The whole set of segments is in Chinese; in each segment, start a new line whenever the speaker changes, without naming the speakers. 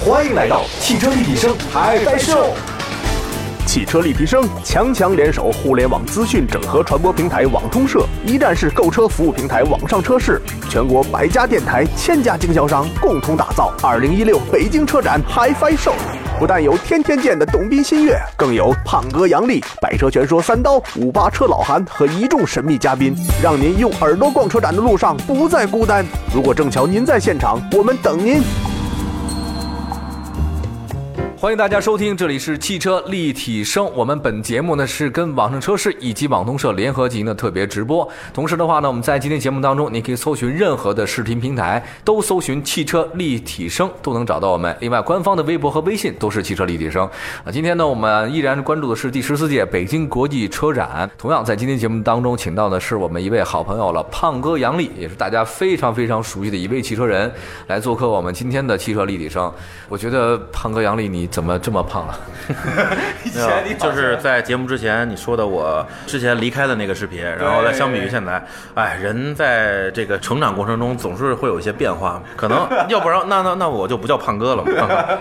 欢迎来到汽车立体声海带秀。
汽车立体声强强联手互联网资讯整合传播平台网通社，一站式购车服务平台网上车市，全国百家电台、千家经销商共同打造2016北京车展 HiFi 秀。不但有天天见的董斌、新月，更有胖哥杨丽、百车全说三刀、五八车老韩和一众神秘嘉宾，让您用耳朵逛车展的路上不再孤单。如果正巧您在现场，我们等您。
欢迎大家收听，这里是汽车立体声。我们本节目呢是跟网上车市以及网通社联合进行的特别直播。同时的话呢，我们在今天节目当中，你可以搜寻任何的视频平台，都搜寻“汽车立体声”，都能找到我们。另外，官方的微博和微信都是“汽车立体声”。啊，今天呢，我们依然关注的是第十四届北京国际车展。同样，在今天节目当中，请到的是我们一位好朋友了，胖哥杨丽，也是大家非常非常熟悉的一位汽车人，来做客我们今天的汽车立体声。我觉得胖哥杨丽，你怎么这么胖啊了？
就是在节目之前你说的我之前离开的那个视频，然后再相比于现在，哎，人在这个成长过程中总是会有一些变化，可能要不然那那那我就不叫胖哥了嘛。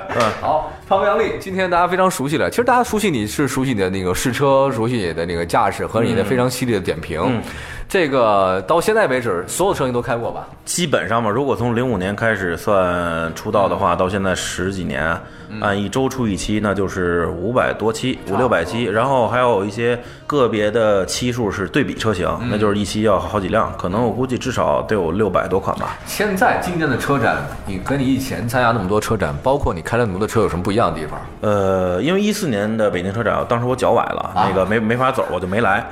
嗯，
好，胖哥杨丽，今天大家非常熟悉了。其实大家熟悉你是熟悉你的那个试车，熟悉你的那个驾驶和你的非常犀利的点评。这个到现在为止，所有车型都开过吧？
基本上吧，如果从零五年开始算出道的话，到现在十几年，按一周出一期，那就是五百多期，五六百期，然后还有一些个别的期数是对比车型，那就是一期要好几辆，可能我估计至少得有六百多款吧。
现在今年的车展，你跟你以前参加那么多车展，包括你开了那么多车，有什么不一样的地方？
呃，因为一四年的北京车展，当时我脚崴了，
啊
那个没没法走，我就没来。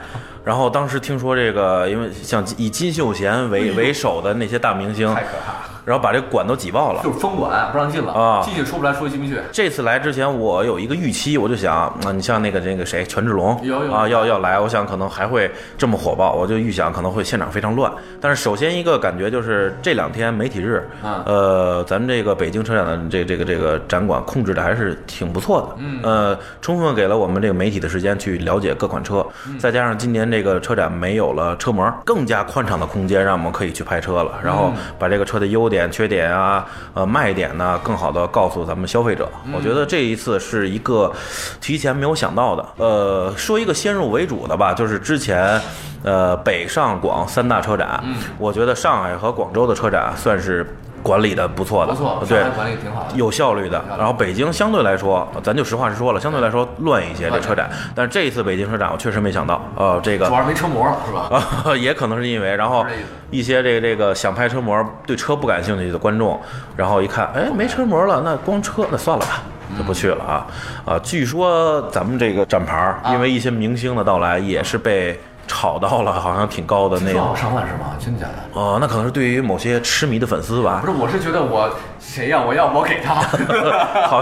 然后当时听说这个，因为像以金秀贤 为为首的那些大明星，
太可怕了，
然后把这管都挤爆了
就。是封管，不让进了
啊
进去出不来，出去进不去。
这次来之前，我有一个预期，我就想，啊，你像那个那个谁，权志龙
有有
啊，要要来，我想可能还会这么火爆，我就预想可能会现场非常乱。但是首先一个感觉就是这两天媒体日，
啊
呃，咱们这个北京车展的这这个这个展馆控制的还是挺不错的，嗯，呃，充分给了我们这个媒体的时间去了解各款车，
嗯
再加上今年这个车展没有了车模，更加宽敞的空间，让我们可以去拍车
嗯
了，然后把这个车的优点、缺点啊，呃，卖点呢、更好的告诉咱们消费者。
嗯
我觉得这一次是一个提前没有想到的，呃，说一个先入为主的吧，就是之前。呃，北上广三大车展，
嗯
我觉得上海和广州的车展算是管理的不错的，
不错，
对
上海，管理挺好的。
有效率的。然后北京相对来说，咱就实话实说了，相对来说乱一些这
乱
车展。但是这一次北京车展，我确实没想到，呃，这个
主要是没车模了，是吧？
啊， 也可能是因为，然后
是这意思
一些这个这个想拍车模对车不感兴趣的观众，然后一看，哎，没车模了，那光车那算了吧。就不去了啊啊！据说咱们这个展牌儿，因为一些明星的到来，也是被炒到了，好像挺高的那
多少
种。
上万是吗？真的假的？
哦，那可能是对于某些痴迷的粉丝吧
不。是，我是觉得我谁呀、我要我给 他。
好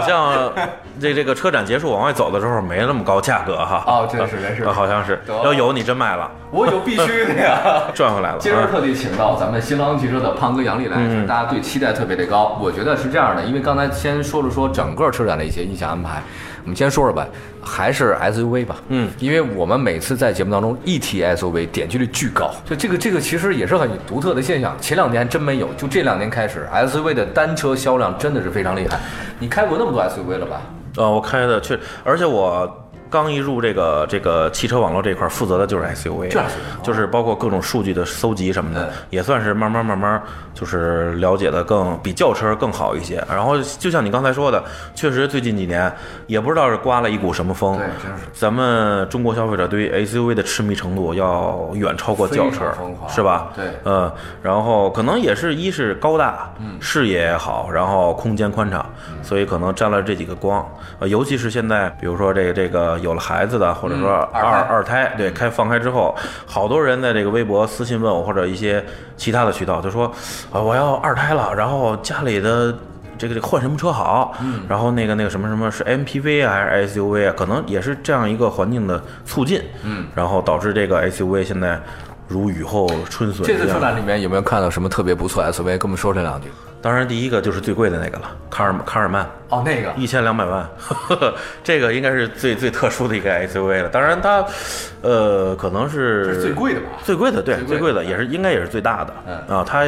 像这这个车展结束往外走的时候没那么高价格哈。
哦这是这是
啊好像是
得
要有你真卖了，
我有必须的呀。
赚回来了。
今儿
嗯
特地请到咱们新浪汽车的胖哥杨丽来，是大家对期待特别的高。我觉得是这样的，因为刚才先说了说整个车展的一些意向安排，我们先说说吧，还是 SUV 吧。
嗯
因为我们每次在节目当中一提 SUV，点击率巨高，就这个这个其实也是很独特的现象。前两年还真没有，就这两年开始，SUV 的单车销量真的是非常厉害。你开过那么多 SUV 了吧？
呃，我开的确，而且我刚一入这个这个汽车网络这块儿，负责的就是 SUV，
就是 SUV
就是包括各种数据的搜集什么的
哦嗯，
也算是慢慢慢慢就是了解的更比轿车更好一些。然后就像你刚才说的，确实最近几年也不知道是刮了一股什么风，
嗯对真是
咱们中国消费者对于 SUV 的痴迷程度要远超过轿
非
车
常疯，狂
是吧？
对
嗯，然后可能也是一是高大，
嗯
视野好，然后空间宽敞，所以可能占了这几个光。呃，尤其是现在，比如说这个这个有了孩子的，或者说
嗯
二
二胎
二胎，对，开放开之后，好多人在这个微博私信问我，或者一些其他的渠道，就说啊、我要二胎了，然后家里的。这个这个换什么车好？
嗯
然后那个那个什么什么是 MPV 啊还是 SUV 啊？可能也是这样一个环境的促进，嗯，然后导致这个 SUV 现在如雨后春笋一
这
样。
次车展里面有没有看到什么特别不错的 SUV？跟我们说这两句。
当然，第一个就是最贵的那个了，卡尔卡尔曼，
哦，那个
一千两百万， 呵呵这个应该是最最特殊的一个 SUV 了。当然它，呃，可能
这
是
是最贵的吧
最贵的，对，
最贵的
最贵的也是应该也是最大的
嗯
啊。它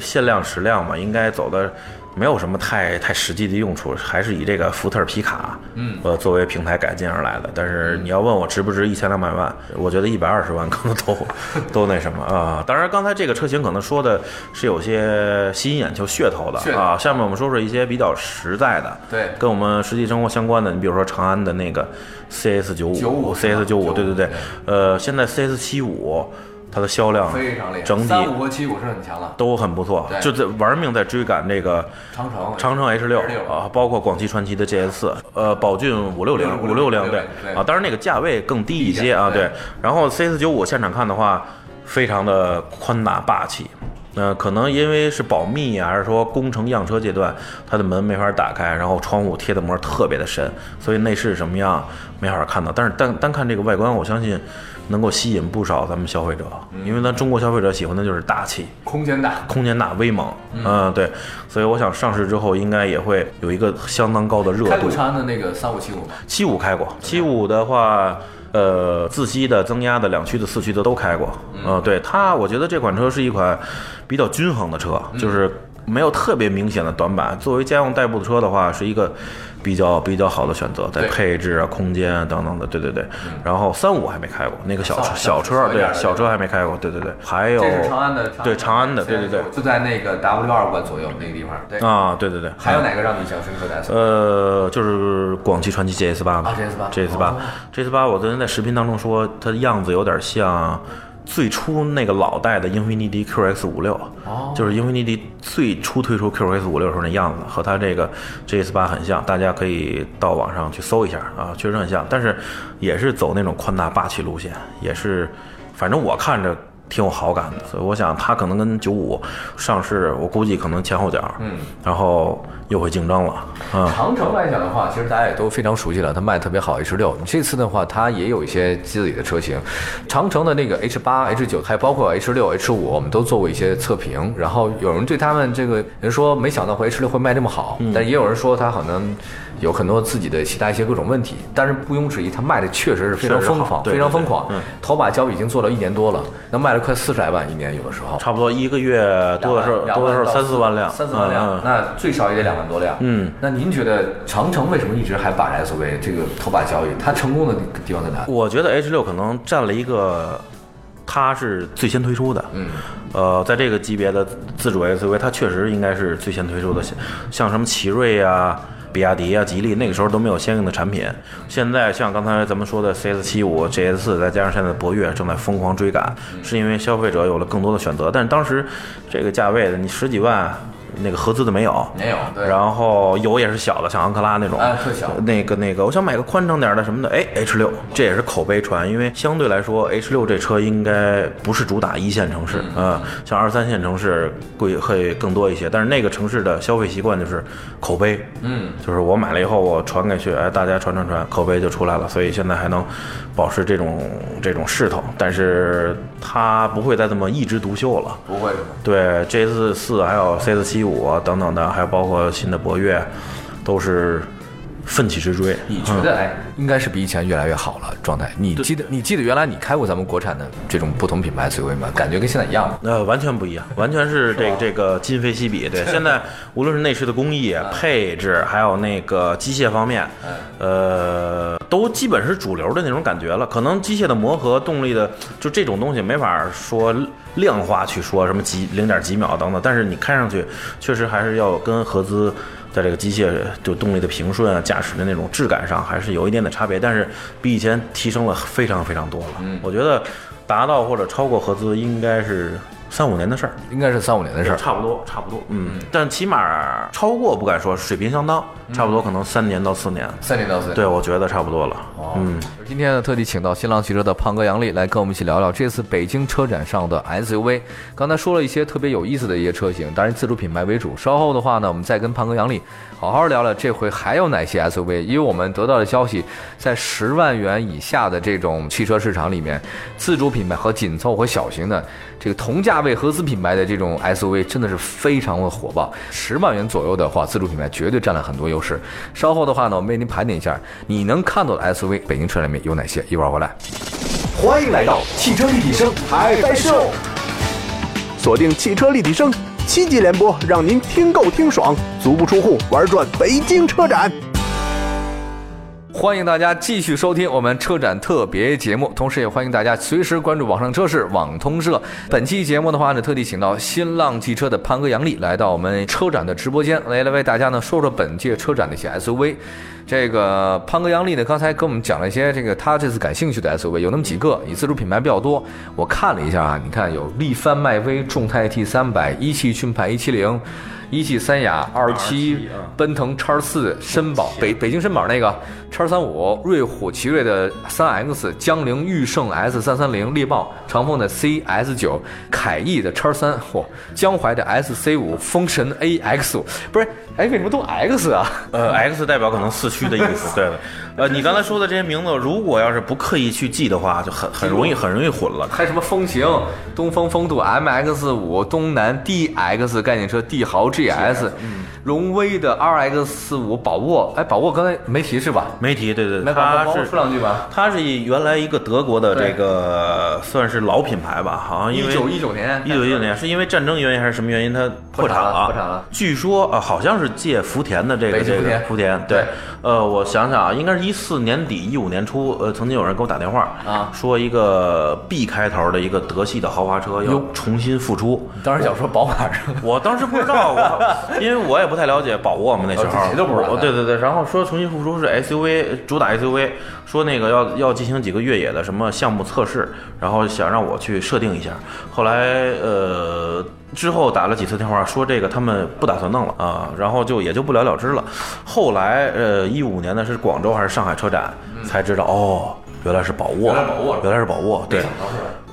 限量十辆嘛，应该走的没有什么太太实际的用处，还是以这个福特皮卡，嗯，呃，作为平台改进而来的。但是
嗯
你要问我值不值一千两百万，我觉得一百二十万 可能都都那什么啊。当然，刚才这个车型可能说的是有些吸引眼球噱头
噱
的
头
啊。下面我们说说一些比较实在的，
对
跟我们实际生活相关的。你比如说长安的那个 CS 九
95
CS
95
九五，对对
对
对，呃，现在 CS 七五它的销量
非常厉害，
整体
三五和七五是很强了，
都很不错
对，
就在玩命在追赶这个
长城
长城 H 六
H6
啊，包括广汽传祺的 GS 四，呃，宝骏五六零
560
五六零对
对
啊，当然那个价位更低一
低一
些
些
啊，
对
对。然后 CS 九五现场看的话，非常的宽大霸气。那、可能因为是保密啊，还是说工程样车阶段，它的门没法打开，然后窗户贴的膜特别的深，所以内饰什么样没法看到。但是单单看这个外观，我相信能够吸引不少咱们消费者，因为咱中国消费者喜欢的就是大气。
空间大，
空间大、威猛，嗯，对，所以我想上市之后应该也会有一个相当高的热
开
度
过。长安的那个三五七五吗？
七五开过，七五的话，呃，自吸的、增压的、两驱的、四驱的都开过。嗯、对它，我觉得这款车是一款比较均衡的车，
嗯
就是没有特别明显的短板。作为家用代步的车的话，是一个比较比较好的选择，在
对嗯
配置啊、空间啊等等的。对对对。然后三五还没开过，那个小车
小
小
小
车
一，
对
点的
小车还没开过。对对对，还有
这是长安的，
对长安的，对对对。
就在那个 W 二馆左右那个地方。对，
啊，对对对，
还有哪个让你印象深刻的 S？
呃，就是广汽传祺 GS 八吧
啊，GS8
，GS 八
哦
，GS 八，我昨天在视频当中说，它的样子有点像最初那个老代的英菲尼迪 QX 五六，就是英菲尼迪最初推出 QX 五六时候那样子，和它这个 GS 八很像，大家可以到网上去搜一下啊，确实很像，但是也是走那种宽大霸气路线，也是，反正我看着。挺有好感的，所以我想它可能跟九五上市，我估计可能前后脚，嗯，然后又会竞争了，啊、
长城来讲的话，其实大家也都非常熟悉了，它卖得特别好 H 六。这次的话，它也有一些自己的车型，长城的那个 H 八、H 九，还包括 H 六、H 五，我们都做过一些测评。然后有人对他们这个人说，没想到和 H 六会卖这么好，
嗯
但也有人说它可能有很多自己的其他一些各种问题。但是不庸置疑，它卖的确实是非常
确实好
疯狂，
对
非常
对对嗯
疯狂。头把交椅已经做了一年多了，能卖了快四十来万一年，有的时候。
差不多一个月多的时候，
两
多
万
的时候
到
三四万辆，
三四万辆
嗯，嗯
那最少也得两万多辆。
嗯，
那您觉得长城为什么一直还把 SUV 这个头把交椅？它成功的地方在哪？
我觉得 H 六可能占了一个，它是最先推出的。
嗯，
呃，在这个级别的自主 SUV，它确实应该是最先推出的，像像什么奇瑞啊。比亚迪啊，吉利那个时候都没有相应的产品。现在像刚才咱们说的 CS 七五、GS 四，再加上现在的博越正在疯狂追赶，是因为消费者有了更多的选择。但是当时这个价位的，你十几万那个合资的没有，
没有对
然后有也是小的，像昂克拉那种，
哎特小
那个那个，我想买个宽敞点儿的什么的，哎，H 六，这也是口碑传，因为相对来说，H 六这车应该不是主打一线城市
嗯
啊、像二三线城市贵会更多一些，但是那个城市的消费习惯就是口碑，嗯，就是我买了以后我传给去，哎，大家传传传，口碑就出来了，所以现在还能保持这种这种势头，但是它不会再这么一枝独秀了。
不会是吗？
对 GS 四还有 CS 七五啊等等的，还有包括新的博越，都是奋起直追。
你觉得哎，应该是比以前越来越好了状态。你记得你记得原来你开过咱们国产的这种不同品牌 SUV 吗？感觉跟现在一样吗？
呃，完全不一样，完全是这个这个今非昔比。 对，现在无论是内饰的工艺、配置，还有那个机械方面，呃，都基本是主流的那种感觉了。可能机械的磨合、动力的，就这种东西没法说量化去说什么几零点几秒等等，但是你看上去确实还是要跟合资。在这个机械就动力的平顺啊，驾驶的那种质感上还是有一点点差别，但是比以前提升了非常非常多了。嗯，我觉得达到或者超过合资应该是三五年的事儿，
应该是三五年的事儿。
差不多，差不多。嗯，但起码超过不敢说，水平相当，差不多可能三年到四年。
三年到四年。
对，我觉得差不多了。嗯，
哦今天呢，特地请到新浪汽车的胖哥杨丽来跟我们一起聊聊这次北京车展上的 SUV。刚才说了一些特别有意思的一些车型，当然自主品牌为主。稍后的话呢，我们再跟胖哥杨丽好好聊聊这回还有哪些 SUV，因为我们得到的消息，在十万元以下的这种汽车市场里面，自主品牌和紧凑和小型的这个同价位合资品牌的这种 SUV 真的是非常的火爆。十万元左右的话，自主品牌绝对占了很多优势。稍后的话呢，我们为您盘点一下你能看到的 SUV 北京车展里面有哪些。一会儿回来。
欢迎来到汽车立体声拍拍 show。
锁定汽车立体声，七集联播让您听够听爽，足不出户玩转北京车展。
欢迎大家继续收听我们车展特别节目，同时也欢迎大家随时关注网上车市网通社。本期节目的话呢，特地请到新浪汽车的潘哥杨丽来到我们车展的直播间，来来为大家呢说说本届车展的一些 SUV。这个潘哥杨丽呢，刚才跟我们讲了一些这个他这次感兴趣的 SUV，有那么几个，以自主品牌比较多。我看了一下啊，你看有力帆、迈威、众泰 T 三百、一汽骏派一七零、一汽三雅二七、奔腾叉四、绅宝、北北京绅宝那个叉三五、瑞虎、奇瑞的三 X、江铃驭胜 S 三三零、猎豹、长风的 CS 九、凯翼的叉三，嚯，江淮的 SC 五、风神 AX 五，不是，哎，为什么都 X 啊？
呃，X 代表可能四驱的意 思，对对。呃，你刚才说的这些名字，如果要是不刻意去记的话，就很很容易很容易混了。
还有什么风行、东风风度 MX 五、东南 DX 概念车、帝豪 GS、荣威的 RX 五、宝沃，哎，宝沃刚才没提是吧？
媒体，对对，
来
对，
宝
它
宝沃
是
说两句吧。
它是以原来一个德国的
对
这个算是老品牌吧，好像因为
1919年
一九一九年是因为战争原因还是什么原因它破产啊
破产了
据说啊，好像是借福田的这个
北京
这
福
个
田
福田
对
对，呃，我想想啊，应该是一四年底一五年初，呃，曾经有人给我打电话
啊
说一个 B 开头的一个德系的豪华车要
哟
重新复出，
当时想说宝马是吧？
我当时不知 道，我因为我也不太了解宝沃嘛，那时
哦
候
谁都不知道
我对对对，然后说重新复出是 SUV，主打 SUV，说那个要要进行几个越野的什么项目测试，然后想让我去设定一下。后来呃之后打了几次电话，说这个他们不打算弄了啊，然后就也就不了了之了。后来呃一五年呢是广州还是上海车展才知道哦。原来是宝沃，
原来宝沃
原来是宝沃，对，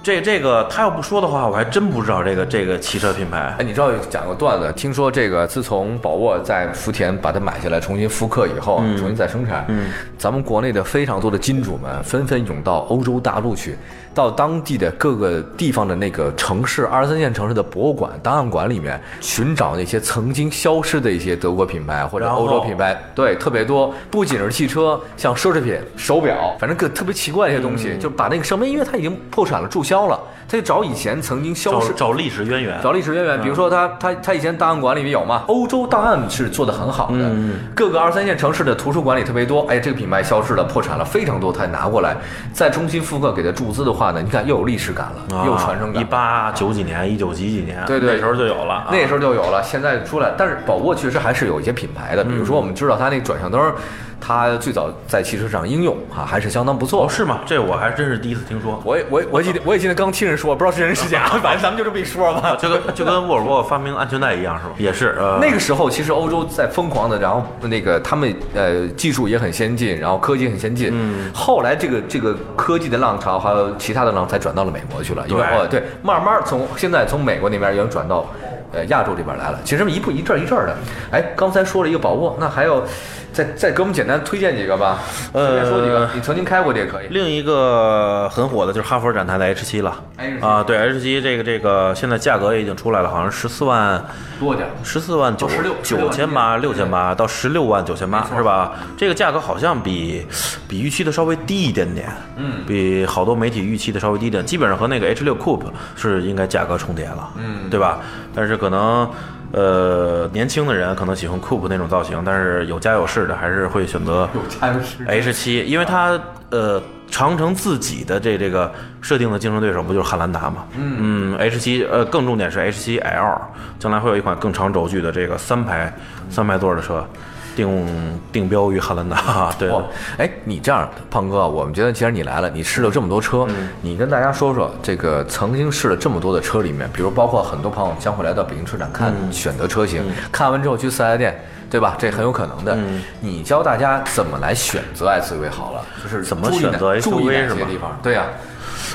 这这个他要不说的话，我还真不知道这个这个汽车品牌。
哎，你知道有讲个段子，听说这个自从宝沃在福田把它买下来，重新复刻以后，重新再生产，嗯，咱们国内的非常多的金主们纷纷涌到欧洲大陆去，到当地的各个地方的那个城市，二三线城市的博物馆、档案馆里面寻找那些曾经消失的一些德国品牌或者
然后
欧洲品牌，对，特别多。不仅是汽车，像奢侈品、手表，反正各特别奇怪的一些东西，就把那个上面，因为它已经破产了、注销了，他就找以前曾经消
找
失
找历史渊源，
找历史渊
啊
源，比如说他他他以前档案馆里面有嘛，欧洲档案是做的很好的，
嗯
各个二三线城市的图书馆里特别多。哎，这个品牌消失了，破产了，非常多，他拿过来再重新复刻，给他注资的话呢，你看又有历史感了，又有传承感
啊一。八九几年，一九几几年，
对对
那时候就有了啊。
那时候就有了，现在出来，但是宝沃确实还是有一些品牌
嗯
的，比如说我们知道它那个转向灯儿，它最早在汽车上应用啊，还是相当不错
哦，。是吗？这我还真是第一次听说。
我也我也我也记得我也记得刚听人说，不知道是真是 假，反正咱们就这么一说吧。
啊就跟就跟沃尔沃发明安全带一样，是吧？也是，呃，
那个时候其实欧洲在疯狂的，然后那个他们呃技术也很先进，然后科技很先进。嗯，后来这个这个科技的浪潮还有其他的浪才转到了美国去了，因为
对
哦对，慢慢从现在从美国那边也转到。呃，亚洲这边来了，其实一步一阵儿一阵儿的。哎，刚才说了一个宝沃，那还有，再再给我们简单推荐几个吧，
呃
随便说几个，你曾经开过的也可以。
另一个很火的就是哈佛展台的 H 7了
H7
啊，对 H 7这个这个现在价格也已经出来了，好像十四万
多点儿
哦十四万九
16
九千八
16
六千八到十六万九千八是吧？这个价格好像比比预期的稍微低一点点，嗯，比好多媒体预期的稍微低一点，基本上和那个 H 6 Coupe 是应该价格重叠了，嗯，对吧？但是可能。呃，年轻的人可能喜欢 Coupe 那种造型，但是有家有室的还是会选择
有家有室
H 7因为哎它呃长城自己的这这个设定的竞争对手不就是汉兰达嘛？嗯 h 7呃更重点是 H 7 L，将来会有一款更长轴距的这个三排三排座的车，定定标于汉兰达。 对，
哇，哎，你这样，胖哥，我们觉得既然你来了，你试了这么多车，你跟大家说说这个曾经试了这么多的车里面，比如包括很多朋友将会来到北京车展看、选择车型，看完之后去四 S 店，对吧？这很有可能的。你教大家怎么来选择 SUV 好了，就是
怎么
注意
选
哪
择
注意
SUV
哪
是
些
吗
地方？对呀、啊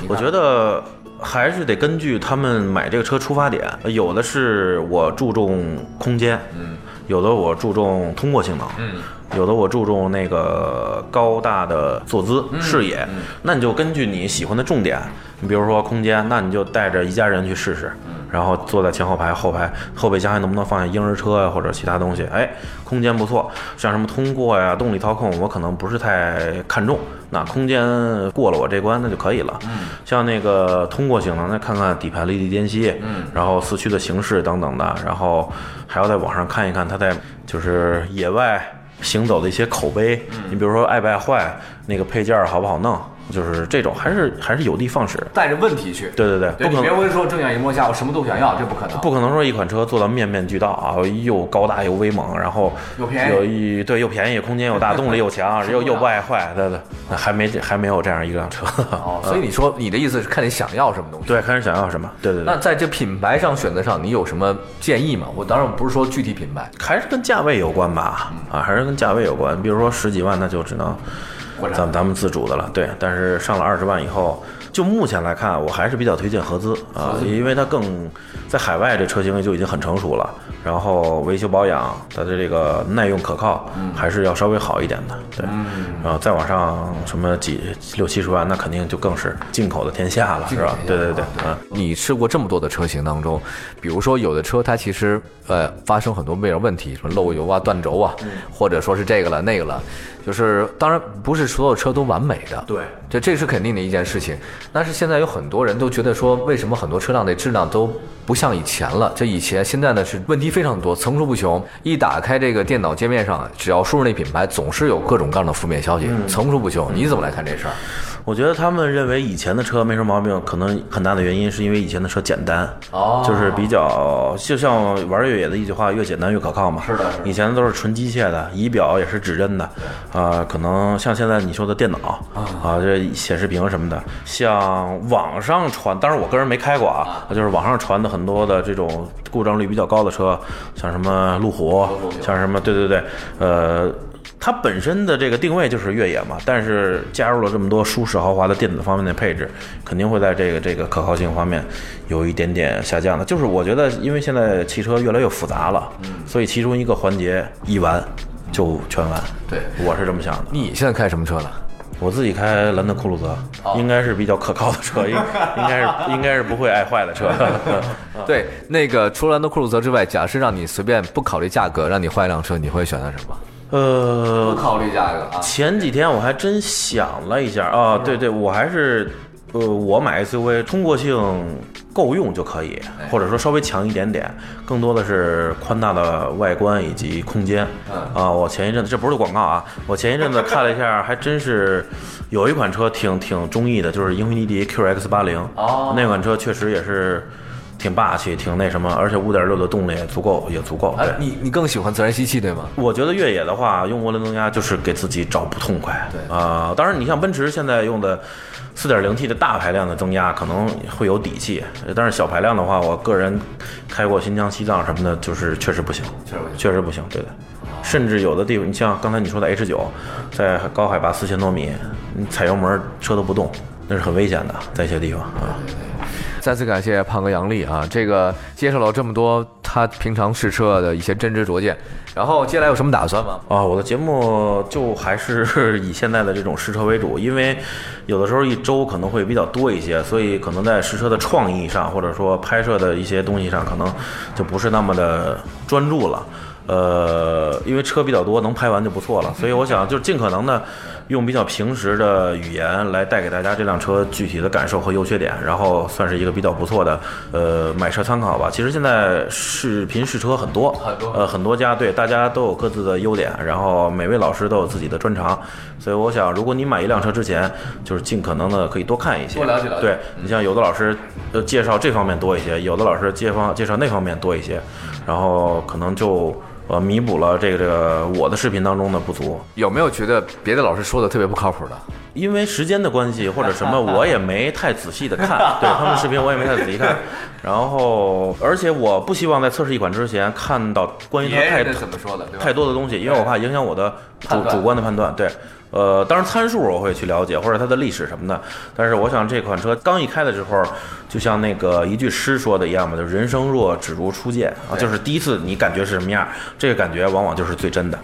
我觉得还是得根据他们买这个车出发点，有的是我注重空间，嗯，有的我注重通过性能，嗯。有的我注重那个高大的坐姿、视野，那你就根据你喜欢的重点，你比如说空间，那你就带着一家人去试试。然后坐在前后排，后排后备箱还能不能放下婴儿车啊呀、或者其他东西？哎，空间不错，像什么通过呀、动力操控，我可能不是太看重。那空间过了我这关，那就可以了。嗯，像那个通过型的，那看看底盘离地间隙，嗯，然后四驱的形式等等的，然后还要在网上看一看它在就是野外行走的一些口碑。你比如说爱不爱坏，那个配件儿好不好弄，就是这种还是还是有的放矢。
带着问题去。
对对对，不
对，你
可能
别会说正眼一摸下，我什么都想要，这不可能。
不可能说一款车做到面面俱到啊，又高大又威猛，然后
又便宜
又一对又便宜，空间又大，动力 又强，又又不爱坏，对对，那还没这还没有这样一辆车。
哦，所以你说你的意思是看你想要什么东西。
嗯对，看人想要什么，对对对
那，在这品牌上选择上，你有什么建议吗？我当然不是说具体品牌，
还是跟价位有关吧，啊，还是跟价位有关。比如说十几万，那就只能
国产
咱们咱们自主的了，对。但是上了二十万以后，就目前来看，我还是比较推荐合资啊，因为它更在海外这车型就已经很成熟了，然后维修保养它的这个耐用可靠，还是要稍微好一点的，对。然后再往上什么几六七十万，那肯定就更是进口的天下了，是吧？对对对，嗯。
你试过这么多的车型当中，比如说有的车它其实呃发生很多没有问题，什么漏油啊、断轴啊，或者说是这个了那个了，就是当然不是所有车都完美的，
对
这这是肯定的一件事情。但是现在有很多人都觉得说，为什么很多车辆的质量都不像以前了？这以前现在呢是问题非常多，层出不穷。一打开这个电脑界面上，只要输入那品牌，总是有各种各样的负面消息，层出不穷。你怎么来看这事儿？
我觉得他们认为以前的车没什么毛病，可能很大的原因是因为以前的车简单，
哦
就是比较就像玩越野的一句话，越简单越可靠嘛。
是的是的
以前都是纯机械的，仪表也是指针的，啊、可能像现在你说的电脑啊，这显示屏什么的，像网上传，当然我个人没开过啊，就是网上传的很多的这种故障率比较高的车，像什么路虎，像什么对对对，呃。它本身的这个定位就是越野嘛，但是加入了这么多舒适豪华的电子方面的配置，肯定会在这个这个可靠性方面有一点点下降的。就是我觉得，因为现在汽车越来越复杂了，所以其中一个环节一完就全完。
对
我是这么想的。
你现在开什么车了？
我自己开兰德酷路泽，应该是比较可靠的车，应应该是应该是不会爱坏的车。
对，那个除了兰德酷路泽之外，假设让你随便不考虑价格，让你换一辆车，你会选择什么？
呃，
考虑价格啊。
前几天我还真想了一下啊，对对，我还是，呃，我买 SUV 通过性够用就可以，
哎
或者说稍微强一点点，更多的是宽大的外观以及空间。
嗯
啊，我前一阵子这不是广告啊，我前一阵子看了一下，还真是有一款车挺挺中意的，就是英菲尼迪 QX 八零。
哦
那款车确实也是挺霸气，挺那什么，而且五点六的动力也足够，也足够。对
哎，，你你更喜欢自然吸气对吗？
我觉得越野的话，用涡轮增压就是给自己找不痛快。
对
啊、当然你像奔驰现在用的4 0 T 的大排量的增压可能会有底气，呃但是小排量的话，我个人开过新疆、西藏什么的，就是确实不行，
确实不行
确实不行，对的。甚至有的地方，你像刚才你说的 H 9在高海拔四千多米，你踩油门车都不动，那是很危险的，在一些地方啊。
再次感谢胖哥杨丽啊，这个介绍了这么多他平常试车的一些真知灼见，然后接下来有什么打算吗？
啊，我的节目就还是 以现在的这种试车为主，因为有的时候一周可能会比较多一些，所以可能在试车的创意上，或者说拍摄的一些东西上，可能就不是那么的专注了。呃，因为车比较多，能拍完就不错了，所以我想就尽可能的用比较平时的语言来带给大家这辆车具体的感受和优缺点，然后算是一个比较不错的呃买车参考吧。其实现在视频试车很多，
很多
呃，很多家对，大家都有各自的优点，然后每位老师都有自己的专长，所以我想，如果你买一辆车之前，就是尽可能的可以多看一些，
多了解了解
对你像有的老师呃介绍这方面多一些，有的老师介绍介绍那方面多一些，然后可能就呃弥补了这个这个我的视频当中的不足。
有没有觉得别的老师说的特别不靠谱的？
因为时间的关系或者什么，我也没太仔细的看，对他们视频我也没太仔细看。 然后，而且我不希望在测试一款之前看到关于它太
的怎么说的，对
太
吧？
多的东西，因为我怕影响我的主
判断
主观的判断。对，呃，当然参数我会去了解，或者它的历史什么的。但是我想这款车刚一开的时候，就像那个一句诗说的一样嘛，就是人生若只如初见啊，就是第一次你感觉是什么样，这个感觉往往就是最真的。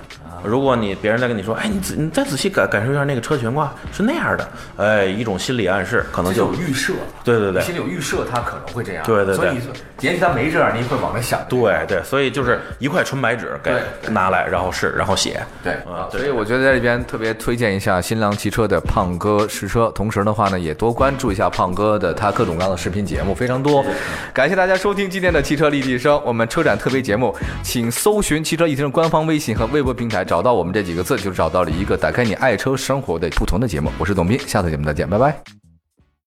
如果你别人再跟你说，哎，你仔你再仔细感感受一下那个车悬挂是那样的，哎，一种心理暗示，可能
这
就
有预设，
对对对
心里有预设，他可能会这样，
对对对
所以你说也许他没这样，你会往那想，
对对，所以就是一块纯白纸给拿来，然后是然后写，
对
啊对
所以我觉得在这边特别推荐一下新浪汽车的胖哥试车，同时的话呢，也多关注一下胖哥的他各种各样的视频节目非常多。感谢大家收听今天的汽车立体声，我们车展特别节目，请搜寻汽车立体声官方微信和微博平台，找到我们这几个字，就找到了一个打开你爱车生活的不同的节目。我是董斌，下次节目再见，拜拜。